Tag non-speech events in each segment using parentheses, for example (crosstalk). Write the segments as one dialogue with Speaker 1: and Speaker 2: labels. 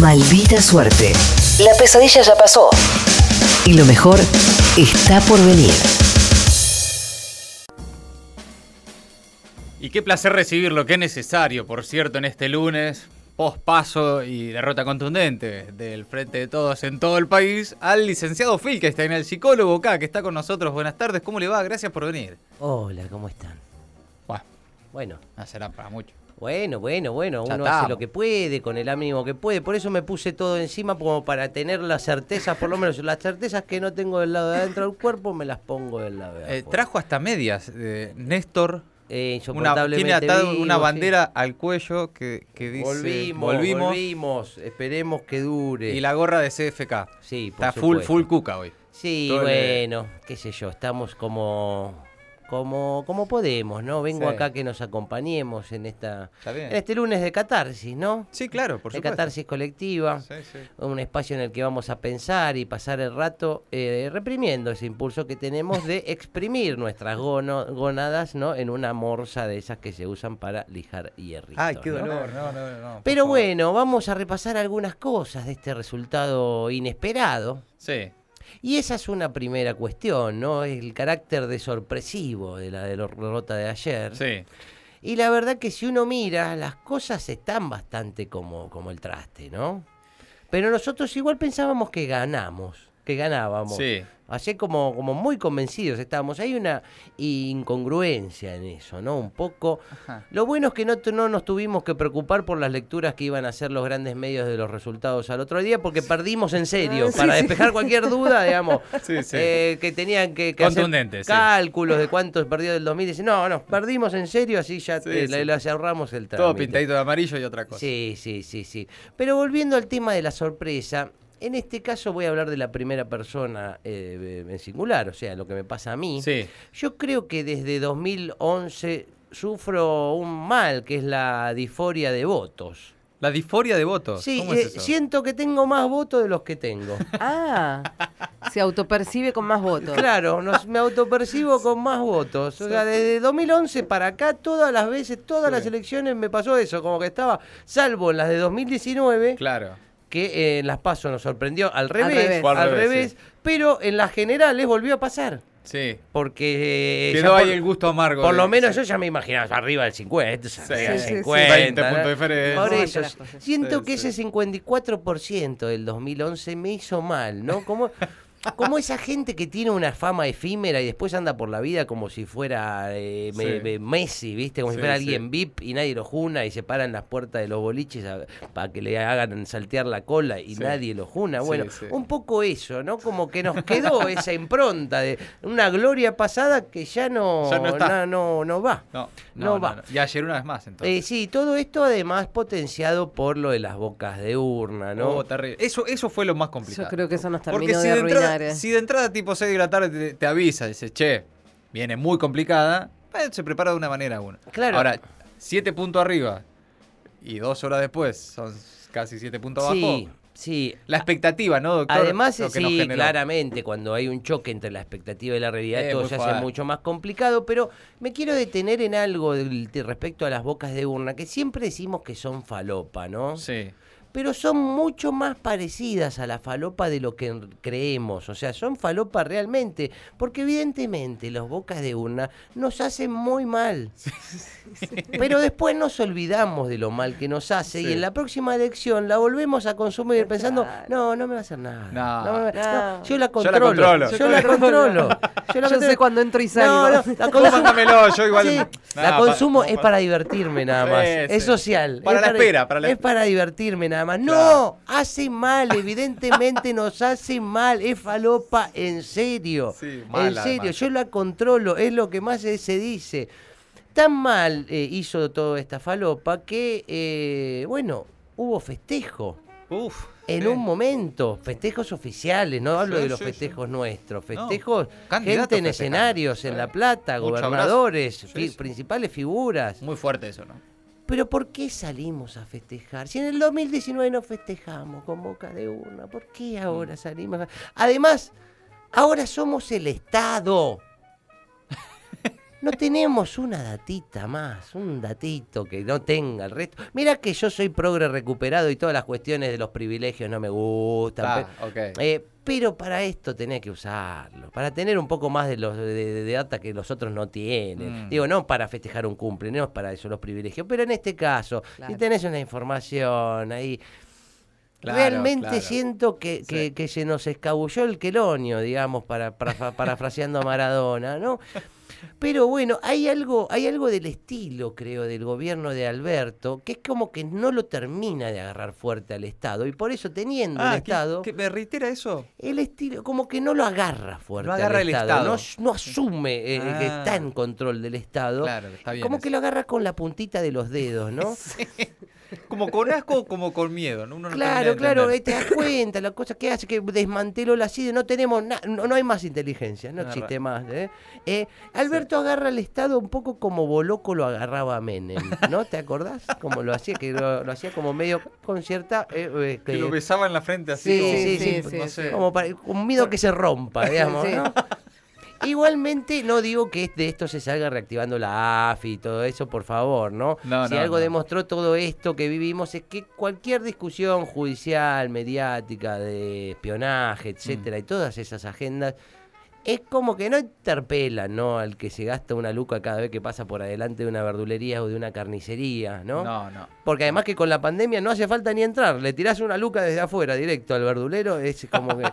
Speaker 1: Maldita suerte. La pesadilla ya pasó. Y lo mejor está por venir.
Speaker 2: Y qué placer recibir lo que es necesario, por cierto, en este lunes, post paso y derrota contundente del Frente de Todos en todo el país, al licenciado Filkestein, el psicólogo acá, que está con nosotros. Buenas tardes, ¿cómo le va? Gracias por venir.
Speaker 3: Hola, ¿cómo están?
Speaker 2: Buah,
Speaker 3: Bueno,
Speaker 2: no será para mucho.
Speaker 3: bueno, bueno, bueno,
Speaker 2: Ya
Speaker 3: uno
Speaker 2: estamos.
Speaker 3: hace lo que puede, con el ánimo que puede, por eso me puse todo encima como para tener las certezas, por lo menos las certezas que no tengo del lado de adentro del cuerpo, me las pongo del lado de
Speaker 2: Eh,
Speaker 3: afuera.
Speaker 2: trajo hasta medias, eh, Néstor.
Speaker 3: Eh,
Speaker 2: Una,
Speaker 3: insoportablemente
Speaker 2: tiene atado
Speaker 3: vivo,
Speaker 2: una
Speaker 3: sí.
Speaker 2: bandera al cuello que, que dice
Speaker 3: volvimos, volvimos, esperemos que dure.
Speaker 2: Y la gorra de CFK.
Speaker 3: Sí, por
Speaker 2: Está full,
Speaker 3: supuesto.
Speaker 2: full cuca hoy.
Speaker 3: Sí,
Speaker 2: Todo el-
Speaker 3: bueno, qué sé yo, estamos como como como podemos, ¿no? Vengo
Speaker 2: Sí.
Speaker 3: acá que nos acompañemos en esta
Speaker 2: Está bien.
Speaker 3: en este lunes de catarsis, ¿no?
Speaker 2: Sí, claro, por
Speaker 3: de
Speaker 2: supuesto.
Speaker 3: catarsis colectiva.
Speaker 2: Sí, sí.
Speaker 3: un espacio en el que vamos a pensar y pasar el rato eh, reprimiendo ese impulso que tenemos
Speaker 2: (laughs)
Speaker 3: de exprimir nuestras gono- gónadas ¿no? en una morsa de esas que se usan para lijar hierritos.
Speaker 2: Ay, qué
Speaker 3: ¿no?
Speaker 2: dolor. No, no, no, no, por
Speaker 3: Pero
Speaker 2: favor.
Speaker 3: bueno, vamos a repasar algunas cosas de este resultado inesperado.
Speaker 2: Sí.
Speaker 3: Y esa es una primera cuestión, ¿no? El carácter de sorpresivo de la de la derrota de ayer.
Speaker 2: Sí,
Speaker 3: Y la verdad que si uno mira, las cosas están bastante como, como el traste, ¿no? Pero nosotros igual pensábamos que ganamos, que ganábamos.
Speaker 2: sí.
Speaker 3: Ayer como, como muy convencidos estábamos. Hay una incongruencia en eso, ¿no? Un poco.
Speaker 2: Ajá.
Speaker 3: Lo bueno es que no, tu- no nos tuvimos que preocupar por las lecturas que iban a hacer los grandes medios de los resultados al otro día, porque perdimos en serio. para despejar cualquier duda, digamos,
Speaker 2: Ah, (laughs) Sí, sí.
Speaker 3: eh, que tenían que, que hacer
Speaker 2: Contundente, sí.
Speaker 3: cálculos de cuántos perdió del 2010. No, no, perdimos en serio, así ya
Speaker 2: Sí,
Speaker 3: te-
Speaker 2: sí.
Speaker 3: le, le cerramos el trámite.
Speaker 2: Todo pintadito de amarillo y otra cosa.
Speaker 3: Sí, sí, sí, sí. Pero volviendo al tema de la sorpresa, en este caso voy a hablar de la primera persona eh, en singular, o sea, lo que me pasa a mí.
Speaker 2: Sí.
Speaker 3: Yo creo que desde 2011 sufro un mal, que es la disforia de votos.
Speaker 2: La disforia de votos.
Speaker 3: Sí,
Speaker 2: ¿Cómo es
Speaker 3: eh,
Speaker 2: eso?
Speaker 3: siento que tengo más votos de los
Speaker 2: (laughs)
Speaker 3: que tengo.
Speaker 4: Ah, se autopercibe con más votos.
Speaker 3: Claro, nos- me autopercibo con más votos. O sea, desde 2011 para acá, todas las veces, todas las elecciones me pasó eso, como que estaba, salvo en las de 2019,
Speaker 2: Claro.
Speaker 3: que eh, en las PASO nos sorprendió al revés, al
Speaker 4: revés.
Speaker 3: revés,
Speaker 2: Fue al revés, sí.
Speaker 3: pero en las generales volvió a pasar.
Speaker 2: Sí.
Speaker 3: Porque eh,
Speaker 2: Quedó
Speaker 3: ya
Speaker 2: ahí
Speaker 3: por-
Speaker 2: el gusto amargo.
Speaker 3: Por
Speaker 2: de-
Speaker 3: lo menos yo ya me imaginaba arriba del 50,
Speaker 2: Sí,
Speaker 3: sí,
Speaker 4: sí, sí.
Speaker 3: 50.
Speaker 2: 20
Speaker 3: ¿no?
Speaker 2: puntos de diferencia.
Speaker 3: Por
Speaker 4: Sí,
Speaker 3: eso,
Speaker 4: las cosas.
Speaker 3: siento
Speaker 2: Sí,
Speaker 3: que
Speaker 2: sí.
Speaker 3: ese 54% del 2011 me hizo mal,
Speaker 2: (laughs)
Speaker 3: ¿no? Como, como esa gente que tiene una fama efímera y después anda por la vida como si fuera eh, me-
Speaker 2: Sí.
Speaker 3: me- Messi, ¿viste? Como
Speaker 2: Sí,
Speaker 3: si fuera
Speaker 2: sí.
Speaker 3: alguien VIP y nadie lo juna y se paran las puertas de los boliches para que le hagan saltear la cola y
Speaker 2: Sí.
Speaker 3: nadie lo juna.
Speaker 2: Sí,
Speaker 3: Bueno,
Speaker 2: sí.
Speaker 3: un poco eso, ¿no? Como que nos
Speaker 2: (laughs)
Speaker 3: quedó esa impronta de una gloria pasada que ya no,
Speaker 2: Ya no está.
Speaker 3: na- no, no va.
Speaker 2: No, no,
Speaker 3: No
Speaker 2: no,
Speaker 3: va.
Speaker 2: no. Y ayer una vez más, entonces.
Speaker 3: Eh, sí, todo esto además potenciado por lo de las bocas de urna, ¿no?
Speaker 2: Oh, terrible. Eso, eso fue lo más complicado.
Speaker 4: Yo creo que eso nos terminó
Speaker 2: Porque si
Speaker 4: de
Speaker 2: de,
Speaker 4: arruinar.
Speaker 2: entrada,
Speaker 4: eh.
Speaker 2: si de entrada tipo 6 de la tarde te, te avisa, dice, che, viene muy complicada, eh, se prepara de una manera uno.
Speaker 3: Claro.
Speaker 2: Ahora, 7 puntos arriba y dos horas después son casi 7 puntos abajo.
Speaker 3: sí, sí.
Speaker 2: La expectativa, ¿no, doctor?
Speaker 3: Además,
Speaker 2: Lo que nos
Speaker 3: sí,
Speaker 2: generó.
Speaker 3: claramente, cuando hay un choque entre la expectativa y la realidad,
Speaker 2: Eh,
Speaker 3: todo
Speaker 2: muy
Speaker 3: se hace
Speaker 2: fuerte.
Speaker 3: mucho más complicado, pero me quiero detener en algo del- de respecto a las bocas de urna, que siempre decimos que son falopa, ¿no?
Speaker 2: Sí.
Speaker 3: pero son mucho más parecidas a la falopa de lo que en- creemos. O sea, son falopa realmente, porque evidentemente los bocas de urna nos hacen muy mal. Pero después nos olvidamos de lo mal que nos hace
Speaker 2: Sí.
Speaker 3: y en la próxima elección la volvemos a consumir pensando,
Speaker 4: Claro.
Speaker 3: no, no me va a hacer nada.
Speaker 2: No.
Speaker 3: me va- no,
Speaker 4: Ah.
Speaker 3: yo la
Speaker 4: No.
Speaker 2: Yo la
Speaker 3: controlo.
Speaker 2: controlo.
Speaker 3: Yo la controlo.
Speaker 4: (laughs) Yo sé cuándo entro y
Speaker 3: No,
Speaker 4: salgo.
Speaker 3: no, la
Speaker 2: Vos
Speaker 3: consumo-
Speaker 2: mándamelo, yo igual.
Speaker 3: Sí,
Speaker 2: Nah,
Speaker 3: la consumo
Speaker 2: pa-
Speaker 3: es para divertirme nada más.
Speaker 2: Sí,
Speaker 3: Es
Speaker 2: sí.
Speaker 3: social.
Speaker 2: Para
Speaker 3: es
Speaker 2: la espera, para la-
Speaker 3: Es para divertirme nada más.
Speaker 2: Claro.
Speaker 3: No, hace mal, evidentemente nos hace mal. Es falopa, en serio.
Speaker 2: Sí, mal,
Speaker 3: en serio,
Speaker 2: además.
Speaker 3: yo la controlo, es lo que más se se dice. Tan mal eh, hizo toda esta falopa que, eh, bueno, hubo festejo.
Speaker 2: Uf,
Speaker 3: En
Speaker 2: sí.
Speaker 3: un momento, festejos oficiales, no hablo
Speaker 2: Sí,
Speaker 3: de los
Speaker 2: sí, sí.
Speaker 3: festejos nuestros, festejos,
Speaker 2: candidatos
Speaker 3: gente en
Speaker 2: festejando,
Speaker 3: escenarios,
Speaker 2: sí.
Speaker 3: en La Plata,
Speaker 2: Mucho abrazo.
Speaker 3: gobernadores,
Speaker 2: Sí,
Speaker 3: fi-
Speaker 2: sí.
Speaker 3: principales figuras.
Speaker 2: Muy fuerte eso, ¿no?
Speaker 3: Pero ¿por qué salimos a festejar? Si en el 2019 no festejamos con boca de urna, ¿por qué ahora salimos? a- Además, ahora somos el Estado. No tenemos una datita más, un datito que no tenga el resto. Mira que yo soy progre recuperado y todas las cuestiones de los privilegios no me gustan.
Speaker 2: Ah,
Speaker 3: pe-
Speaker 2: ok.
Speaker 3: eh, pero para esto tenés que usarlo, para tener un poco más de, los, de, de- de data que los otros no tienen.
Speaker 2: Mm.
Speaker 3: Digo, no para festejar un cumple, no es para eso los privilegios, pero en este caso, si
Speaker 4: Claro.
Speaker 3: tenés una información ahí,
Speaker 2: Claro,
Speaker 3: Realmente
Speaker 2: claro.
Speaker 3: siento que, que- que se nos escabulló el quelonio, digamos, para, para- parafraseando a Maradona, ¿no? Pero bueno, hay algo, hay algo del estilo, creo, del gobierno de Alberto, que es como que no lo termina de agarrar fuerte al Estado. Y por eso teniendo
Speaker 2: Ah,
Speaker 3: el
Speaker 2: ¿qué-
Speaker 3: Estado,
Speaker 2: qué- ¿Me reitera eso?
Speaker 3: el estilo, como que no lo agarra fuerte.
Speaker 2: No agarra
Speaker 3: al
Speaker 2: el
Speaker 3: Estado,
Speaker 2: Estado.
Speaker 3: No, as- no asume eh, que
Speaker 2: Ah.
Speaker 3: está en control del Estado.
Speaker 2: Claro, está bien
Speaker 3: Como
Speaker 2: eso.
Speaker 3: que lo agarra con la puntita de los
Speaker 2: (laughs)
Speaker 3: dedos, ¿no?
Speaker 2: Como con asco o como con miedo. ¿no? Uno no termina
Speaker 3: Claro,
Speaker 2: de
Speaker 3: claro, eh,
Speaker 2: entender.
Speaker 3: te das cuenta, la cosa que hace que desmanteló la CIDE, no tenemos na- no, no hay más inteligencia, no
Speaker 2: Agarra.
Speaker 3: existe más. ¿eh? Eh, Alberto agarra al Estado un poco como Boloco lo agarraba a Menem, ¿no? ¿Te acordás? Como lo hacía, que lo, lo hacía como medio con cierta... eh, eh,
Speaker 2: Que
Speaker 3: que-
Speaker 2: lo besaba en la frente así.
Speaker 3: Sí,
Speaker 2: como-
Speaker 3: sí, sí,
Speaker 2: no
Speaker 4: sí,
Speaker 2: sé.
Speaker 3: como para- con miedo que se rompa, digamos,
Speaker 4: Sí.
Speaker 3: ¿no? Igualmente no digo que de esto se salga reactivando la AFI y todo eso, por favor, ¿no?
Speaker 2: No,
Speaker 3: si
Speaker 2: no,
Speaker 3: algo
Speaker 2: no.
Speaker 3: demostró todo esto que vivimos es que cualquier discusión judicial, mediática, de espionaje, etcétera, y todas esas agendas es como que no interpelan, ¿no? Al que se gasta una luca cada vez que pasa por adelante de una verdulería o de una carnicería, ¿no?
Speaker 2: No, no.
Speaker 3: Porque además que con la pandemia no hace falta ni entrar, le tirás una luca desde afuera directo al verdulero, es
Speaker 2: (laughs)
Speaker 3: como que... es-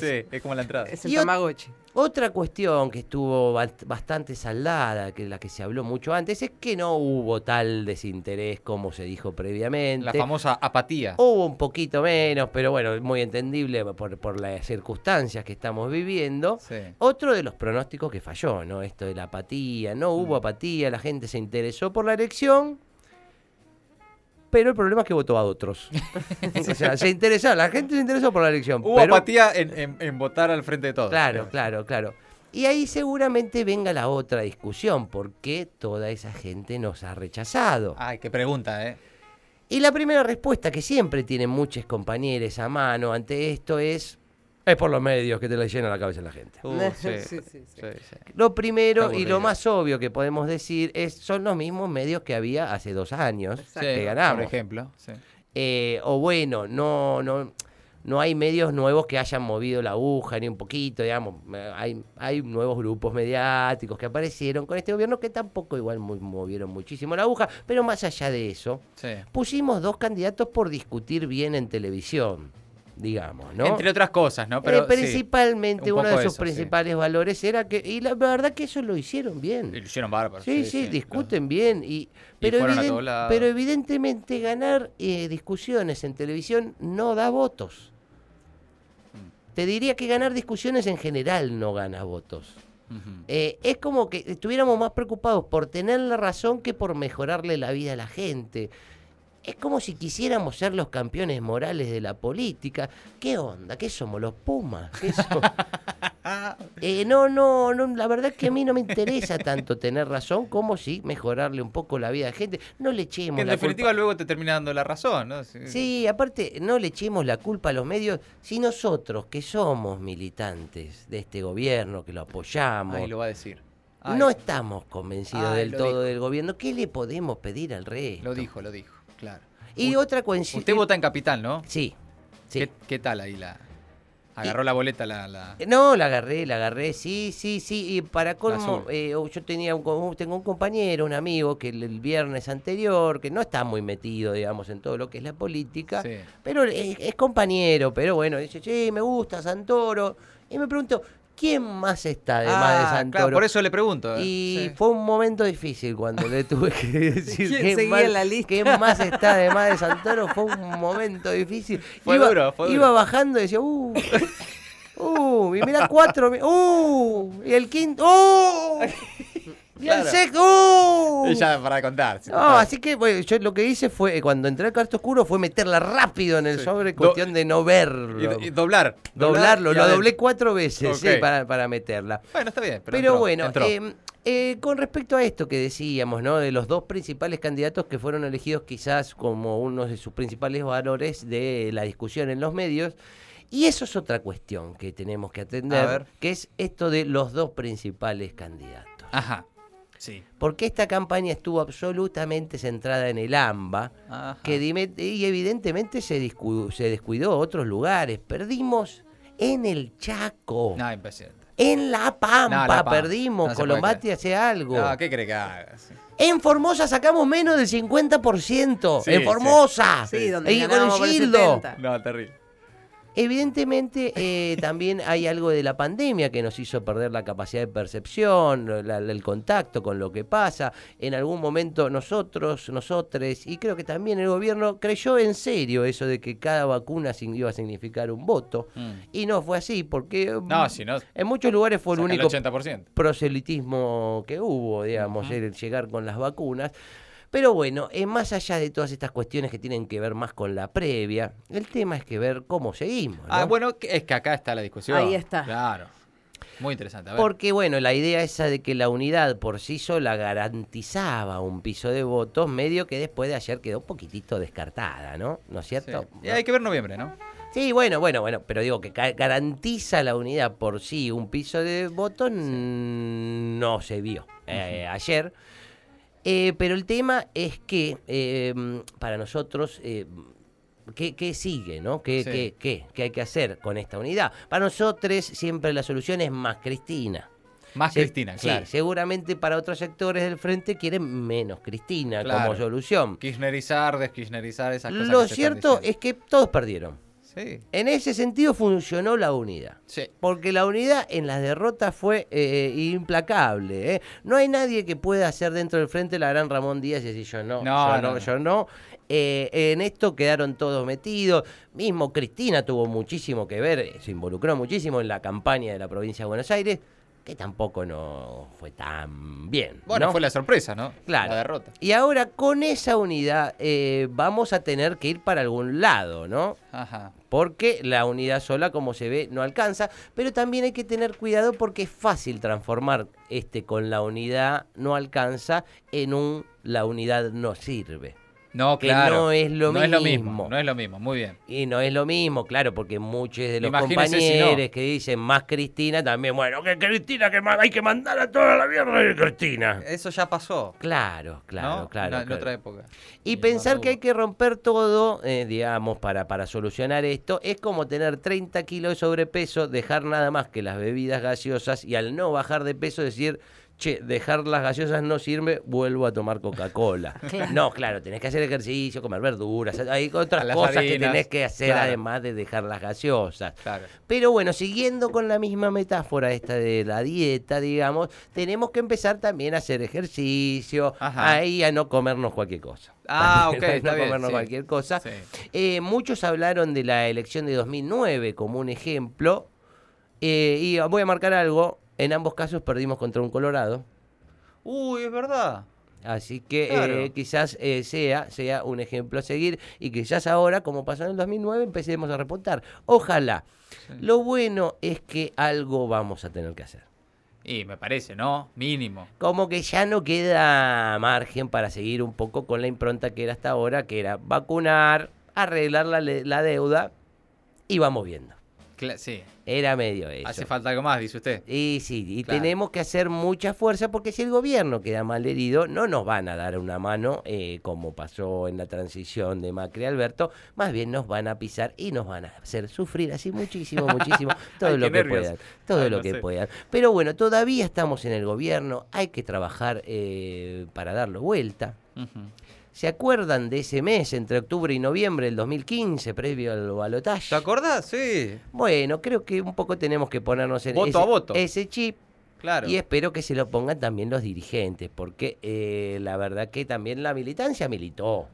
Speaker 2: Sí, es como la entrada.
Speaker 4: Es el
Speaker 3: Y ot-
Speaker 4: Tamagotchi.
Speaker 3: Otra cuestión que estuvo bast- bastante saldada, que la que se habló mucho antes, es que no hubo tal desinterés como se dijo previamente.
Speaker 2: La famosa apatía.
Speaker 3: Hubo un poquito menos, pero bueno, muy entendible por, por las circunstancias que estamos viviendo.
Speaker 2: Sí.
Speaker 3: Otro de los pronósticos que falló, ¿no? Esto de la apatía, no
Speaker 2: Mm.
Speaker 3: hubo apatía, la gente se interesó por la elección, pero el problema es que votó
Speaker 2: (laughs)
Speaker 3: a otros. o sea, se interesó, la gente se interesó por la elección.
Speaker 2: Hubo
Speaker 3: pero,
Speaker 2: apatía en, en- en votar al frente de todos.
Speaker 3: Claro, claro, claro. Y ahí seguramente venga la otra discusión, ¿por qué toda esa gente nos ha rechazado?
Speaker 2: Ay, qué pregunta, (laughs) ¿eh?
Speaker 3: Y la primera respuesta que siempre tienen muchos compañeros a mano ante esto es, es por los medios que te le llenan la cabeza a la gente.
Speaker 2: Uh, sí,
Speaker 4: Sí,
Speaker 2: sí,
Speaker 4: sí,
Speaker 2: sí,
Speaker 4: sí.
Speaker 2: sí.
Speaker 3: Lo primero
Speaker 2: Está
Speaker 3: y lo
Speaker 2: aburrido.
Speaker 3: más obvio que podemos decir es, son los mismos medios que había hace dos años
Speaker 4: Exacto.
Speaker 2: Sí,
Speaker 3: que ganamos.
Speaker 2: Por ejemplo. sí.
Speaker 3: Eh, o bueno, no, no, no hay medios nuevos que hayan movido la aguja ni un poquito, digamos. Eh, Hay, hay nuevos grupos mediáticos que aparecieron con este gobierno que tampoco igual mu- movieron muchísimo la aguja, pero más allá de eso,
Speaker 2: sí.
Speaker 3: pusimos dos candidatos por discutir bien en televisión, digamos, ¿no?
Speaker 2: Entre otras cosas, ¿no?
Speaker 3: Eh,
Speaker 2: Pero sí,
Speaker 3: principalmente
Speaker 2: un
Speaker 3: uno
Speaker 2: poco
Speaker 3: de sus
Speaker 2: eso, sí.
Speaker 3: principales valores era que, y la verdad que eso lo hicieron bien.
Speaker 2: y lo hicieron bárbaro.
Speaker 3: Sí, sí, discuten bien. Y, pero,
Speaker 2: fueron a
Speaker 3: eviden-
Speaker 2: todos lados.
Speaker 3: pero evidentemente ganar eh, discusiones en televisión no da votos.
Speaker 2: Mm.
Speaker 3: Te diría que ganar discusiones en general no gana votos.
Speaker 2: Ujú.
Speaker 3: Eh, es como que estuviéramos más preocupados por tener la razón que por mejorarle la vida a la gente. Es como si quisiéramos ser los campeones morales de la política. ¿Qué onda? ¿Qué somos los Pumas?
Speaker 2: (laughs)
Speaker 3: ¿Qué somos?
Speaker 2: Ah,
Speaker 3: Eh, no, no, no, la verdad es que a mí no me interesa tanto tener razón como si mejorarle un poco la vida a la gente. No le echemos
Speaker 2: Que en
Speaker 3: la
Speaker 2: definitiva eh.
Speaker 3: culpa.
Speaker 2: luego te termina dando la razón, ¿no?
Speaker 3: Sí, aparte, no le echemos la culpa a los medios. Si nosotros, que somos militantes de este gobierno, que lo apoyamos,
Speaker 2: Ahí lo va a decir. Ay,
Speaker 3: no estamos convencidos
Speaker 2: Ay,
Speaker 3: del
Speaker 2: lo
Speaker 3: todo
Speaker 2: dijo.
Speaker 3: del gobierno, ¿qué le podemos pedir al rey?
Speaker 2: Lo dijo, lo dijo. Claro.
Speaker 3: Y
Speaker 2: U-
Speaker 3: otra coincidencia.
Speaker 2: Usted vota en Capital, ¿no?
Speaker 3: Sí, sí.
Speaker 2: ¿Qué, qué tal ahí la. Agarró la boleta la. la-
Speaker 3: No, la agarré, la agarré, sí, sí, sí. Y para colmo,
Speaker 2: azul.
Speaker 3: eh, yo tenía un, co- tengo un compañero, un amigo, que el, el viernes anterior, que no está muy metido, digamos, en todo lo que es la política,
Speaker 2: Sí.
Speaker 3: pero es, es compañero, pero bueno, dice, sí, me gusta Santoro. Y me pregunto, ¿quién más está además de
Speaker 2: Ah,
Speaker 3: Santoro?
Speaker 2: Claro, por eso le pregunto. ¿eh?
Speaker 3: Y
Speaker 2: Sí.
Speaker 3: fue un momento difícil cuando le
Speaker 2: (laughs)
Speaker 3: tuve que decir
Speaker 4: ¿Quién
Speaker 3: qué
Speaker 4: seguía
Speaker 3: más,
Speaker 4: en la lista?
Speaker 3: qué más está de Madre Santoro. Fue un momento difícil.
Speaker 2: (laughs) Fue
Speaker 3: iba,
Speaker 2: duro, fue duro.
Speaker 3: Iba bajando y decía, uh, uh, y mirá cuatro, mi- uh, y el quinto, uh, y
Speaker 2: Claro.
Speaker 3: el sexto, uh.
Speaker 2: Y ya para contar. sí,
Speaker 3: No,
Speaker 2: total.
Speaker 3: así que bueno, yo lo que hice fue, eh, cuando entré al cuarto oscuro, fue meterla rápido en el
Speaker 2: Sí.
Speaker 3: sobre,
Speaker 2: Do-
Speaker 3: cuestión de no
Speaker 2: Y,
Speaker 3: verlo.
Speaker 2: y doblar.
Speaker 3: doblarlo,
Speaker 2: y
Speaker 3: lo
Speaker 2: adentro.
Speaker 3: doblé cuatro veces sí,
Speaker 2: Ok.
Speaker 3: para, para meterla.
Speaker 2: Bueno, está bien. Pero,
Speaker 3: Pero
Speaker 2: entró,
Speaker 3: bueno,
Speaker 2: entró.
Speaker 3: eh, eh, con respecto a esto que decíamos, ¿no? De los dos principales candidatos que fueron elegidos quizás como uno de sus principales valores de la discusión en los medios. Y eso es otra cuestión que tenemos que
Speaker 2: A
Speaker 3: atender,
Speaker 2: ver.
Speaker 3: que es esto de los dos principales candidatos.
Speaker 2: Ajá. Sí.
Speaker 3: Porque esta campaña estuvo absolutamente centrada en el AMBA,
Speaker 2: Ajá.
Speaker 3: que dime- y evidentemente se, discu- se descuidó otros lugares. Perdimos en el Chaco,
Speaker 2: No, impresionante.
Speaker 3: en La Pampa,
Speaker 2: No, La Pampa.
Speaker 3: perdimos.
Speaker 2: No se puede
Speaker 3: Colombati hace algo.
Speaker 2: No, Ah, ¿qué crees que haga? Sí.
Speaker 3: En Formosa sacamos menos del 50%.
Speaker 2: Sí,
Speaker 3: en
Speaker 2: sí.
Speaker 3: Formosa.
Speaker 4: Sí, donde
Speaker 3: Y con
Speaker 4: ganábamos
Speaker 3: el
Speaker 4: por el
Speaker 3: Gildo.
Speaker 4: 70.
Speaker 2: No, terrible.
Speaker 3: Evidentemente, eh, también hay algo de la pandemia que nos hizo perder la capacidad de percepción, la- el contacto con lo que pasa. En algún momento nosotros, nosotres, y creo que también el gobierno creyó en serio eso de que cada vacuna sin- iba a significar un voto.
Speaker 2: Mm.
Speaker 3: Y no fue así, porque mm,
Speaker 2: No, si no,
Speaker 3: en muchos lugares fue el
Speaker 2: saca
Speaker 3: único
Speaker 2: el 80%.
Speaker 3: proselitismo que hubo, digamos, el llegar con las vacunas. Pero bueno, eh, más allá de todas estas cuestiones que tienen que ver más con la previa, el tema es que ver cómo seguimos. ¿no?
Speaker 2: Ah, bueno, que- es que acá está la discusión.
Speaker 4: Ahí está.
Speaker 2: Claro. Muy interesante. A ver.
Speaker 3: Porque bueno, la idea esa de que la unidad por sí sola garantizaba un piso de votos, medio que después de ayer quedó un poquitito descartada, ¿no? ¿No es
Speaker 2: Sí.
Speaker 3: cierto?
Speaker 2: Y hay que ver noviembre, ¿no?
Speaker 3: Sí, bueno, bueno, bueno, pero digo que ca- garantiza la unidad por sí un piso de voto mm, no se vio eh, ayer. Eh, pero el tema es que eh, mm, para nosotros, eh, ¿qué, qué sigue? ¿no? ¿Qué,
Speaker 2: Sí.
Speaker 3: qué, qué, qué hay que hacer con esta unidad? Para nosotros siempre la solución es más Cristina.
Speaker 2: Más
Speaker 3: Se-
Speaker 2: Cristina,
Speaker 3: sí,
Speaker 2: claro.
Speaker 3: seguramente para otros sectores del frente quieren menos Cristina como
Speaker 2: Claro.
Speaker 3: solución.
Speaker 2: Kirchnerizar, deskirchnerizar, esas cosas.
Speaker 3: Lo
Speaker 2: que se están
Speaker 3: cierto es
Speaker 2: diciendo.
Speaker 3: que todos perdieron.
Speaker 2: Sí.
Speaker 3: En ese sentido funcionó la unidad.
Speaker 2: Sí.
Speaker 3: Porque la unidad en las derrotas fue eh, implacable. ¿eh? No hay nadie que pueda hacer dentro del frente la gran Ramón Díaz y decir yo no,
Speaker 2: No,
Speaker 3: yo
Speaker 2: no,
Speaker 3: no,
Speaker 2: no.
Speaker 3: yo no. Eh, en esto quedaron todos metidos. Mismo Cristina tuvo muchísimo que ver, eh, se involucró muchísimo en la campaña de la provincia de Buenos Aires, que tampoco no fue tan bien.
Speaker 2: Bueno,
Speaker 3: ¿no?
Speaker 2: fue la sorpresa, ¿no?
Speaker 3: Claro.
Speaker 2: La derrota.
Speaker 3: Y ahora con esa unidad eh, vamos a tener que ir para algún lado, ¿no?
Speaker 2: Ajá.
Speaker 3: porque la unidad sola, como se ve, no alcanza. Pero también hay que tener cuidado porque es fácil transformar este con la unidad no alcanza en un la unidad no sirve.
Speaker 2: No,
Speaker 3: Que
Speaker 2: claro.
Speaker 3: no es lo
Speaker 2: No es lo mismo.
Speaker 3: mismo.
Speaker 2: No es lo mismo. Muy bien.
Speaker 3: Y no es lo mismo, claro, porque muchos de los
Speaker 2: Imagínese si
Speaker 3: compañeros
Speaker 2: no.
Speaker 3: que dicen más Cristina también, bueno, que Cristina, que ma- hay que mandar a toda la mierda de Cristina.
Speaker 2: Eso ya pasó.
Speaker 3: Claro, claro,
Speaker 2: Eh, ¿no?
Speaker 3: claro.
Speaker 2: Una- En
Speaker 3: claro.
Speaker 2: otra época.
Speaker 3: Y
Speaker 2: El
Speaker 3: pensar
Speaker 2: Bardugo.
Speaker 3: que hay que romper todo, eh, digamos, para, para solucionar esto, es como tener 30 kilos de sobrepeso, dejar nada más que las bebidas gaseosas y al no bajar de peso decir, che, dejar las gaseosas no sirve, vuelvo a
Speaker 2: (laughs)
Speaker 3: tomar Coca-Cola. No, claro, tenés que hacer ejercicio, comer verduras, hay otras
Speaker 2: A las
Speaker 3: cosas que
Speaker 2: harinas,
Speaker 3: tenés que hacer
Speaker 2: claro.
Speaker 3: además de dejar las gaseosas. (laughs)
Speaker 2: Claro.
Speaker 3: Pero bueno, siguiendo con la misma metáfora esta de la dieta, digamos, tenemos que empezar también a hacer ejercicio,
Speaker 2: Ajá.
Speaker 3: ahí a no comernos cualquier cosa.
Speaker 2: Ah,
Speaker 3: También
Speaker 2: ok,
Speaker 3: a
Speaker 2: está
Speaker 3: no
Speaker 2: bien,
Speaker 3: comernos
Speaker 2: sí.
Speaker 3: cualquier cosa.
Speaker 2: Sí.
Speaker 3: Eh, muchos hablaron de la elección de 2009 como un ejemplo. eh, y voy a marcar algo, en ambos casos perdimos contra un Colorado.
Speaker 2: Uy, es verdad.
Speaker 3: Así que
Speaker 2: Claro.
Speaker 3: eh, quizás eh, sea, sea un ejemplo a seguir y quizás ahora, como pasó en el 2009, empecemos a repuntar. Ojalá. Lo bueno es que algo vamos a tener que hacer.
Speaker 2: Y me parece, ¿no? Mínimo.
Speaker 3: Como que ya no queda margen para seguir un poco con la impronta que era hasta ahora, que era vacunar, arreglar la, le- la deuda y vamos viendo.
Speaker 2: Cla- sí.
Speaker 3: Era medio eso.
Speaker 2: Hace falta algo más, dice usted.
Speaker 3: Y sí, y
Speaker 2: Claro.
Speaker 3: tenemos que hacer mucha fuerza porque si el gobierno queda mal herido, no nos van a dar una mano, eh, como pasó en la transición de Macri a Alberto, más bien nos van a pisar y nos van a hacer sufrir así muchísimo,
Speaker 2: (laughs)
Speaker 3: muchísimo, todo
Speaker 2: Ay,
Speaker 3: lo
Speaker 2: qué
Speaker 3: que
Speaker 2: nervios.
Speaker 3: puedan, todo
Speaker 2: Ay,
Speaker 3: lo
Speaker 2: no
Speaker 3: que
Speaker 2: sé.
Speaker 3: puedan. Pero bueno, todavía estamos en el gobierno, hay que trabajar eh, para darlo vuelta.
Speaker 2: Ujú.
Speaker 3: ¿Se acuerdan de ese mes entre octubre y noviembre del 2015, previo al balotaje?
Speaker 2: ¿Te acordás? Sí.
Speaker 3: Bueno, creo que un poco tenemos que ponernos en
Speaker 2: Voto
Speaker 3: ese-
Speaker 2: a voto.
Speaker 3: ese chip
Speaker 2: Claro.
Speaker 3: y espero que se lo pongan también los dirigentes, porque eh, la verdad que también la militancia militó.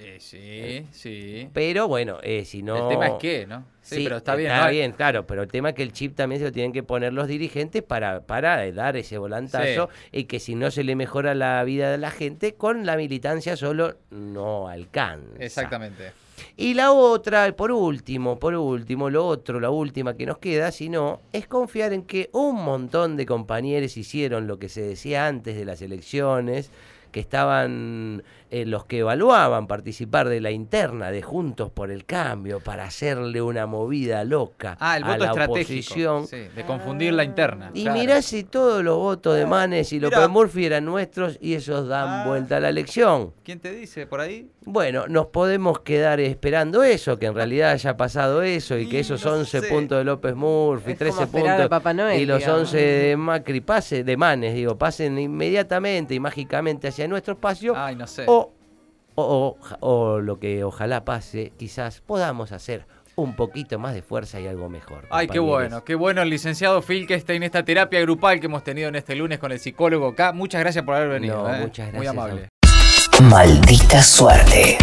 Speaker 2: Eh, sí, sí.
Speaker 3: Pero bueno, eh, si no...
Speaker 2: El tema es que, ¿no? Sí, pero está bien.
Speaker 3: Está
Speaker 2: ¿no?
Speaker 3: bien, claro, pero el tema es que el chip también se lo tienen que poner los dirigentes para, para eh, dar ese volantazo y que si no se le mejora la vida de la gente, con la militancia solo no alcanza.
Speaker 2: Exactamente.
Speaker 3: Y la otra, por último, por último, lo otro, la última que nos queda, si no, es confiar en que un montón de compañeros hicieron lo que se decía antes de las elecciones, que estaban eh, los que evaluaban participar de la interna de Juntos por el Cambio para hacerle una movida loca
Speaker 2: Ah, el
Speaker 3: a
Speaker 2: voto
Speaker 3: la
Speaker 2: estratégico.
Speaker 3: oposición.
Speaker 2: Sí, de confundir la interna.
Speaker 3: Y
Speaker 2: Claro. Ah,
Speaker 3: mirá si todos los votos de Manes y López
Speaker 2: Mirá.
Speaker 3: Murphy eran nuestros y esos dan
Speaker 2: Ah.
Speaker 3: vuelta a la elección.
Speaker 2: ¿Quién te dice por ahí?
Speaker 3: Bueno, nos podemos quedar esperando eso, que en realidad haya pasado eso y que
Speaker 2: Mm,
Speaker 3: esos
Speaker 2: no
Speaker 3: 11
Speaker 2: sé.
Speaker 3: puntos de López Murphy,
Speaker 4: Es
Speaker 3: 13
Speaker 4: como esperar
Speaker 3: puntos
Speaker 4: a Papá Noel,
Speaker 3: y los
Speaker 4: digamos.
Speaker 3: 11 de Macri pase, de Manes, digo, pasen inmediatamente y mágicamente hacia nuestro espacio
Speaker 2: Ay, no sé.
Speaker 3: o, o, o- o lo que ojalá pase, quizás podamos hacer un poquito más de fuerza y algo mejor.
Speaker 2: Ay, qué
Speaker 3: compañeros.
Speaker 2: bueno, qué bueno el licenciado Phil que está en esta terapia grupal que hemos tenido en este lunes con el psicólogo K. Muchas gracias por haber venido.
Speaker 3: No,
Speaker 2: eh.
Speaker 3: muchas
Speaker 2: Muy
Speaker 3: gracias a
Speaker 2: amable.
Speaker 1: Maldita suerte.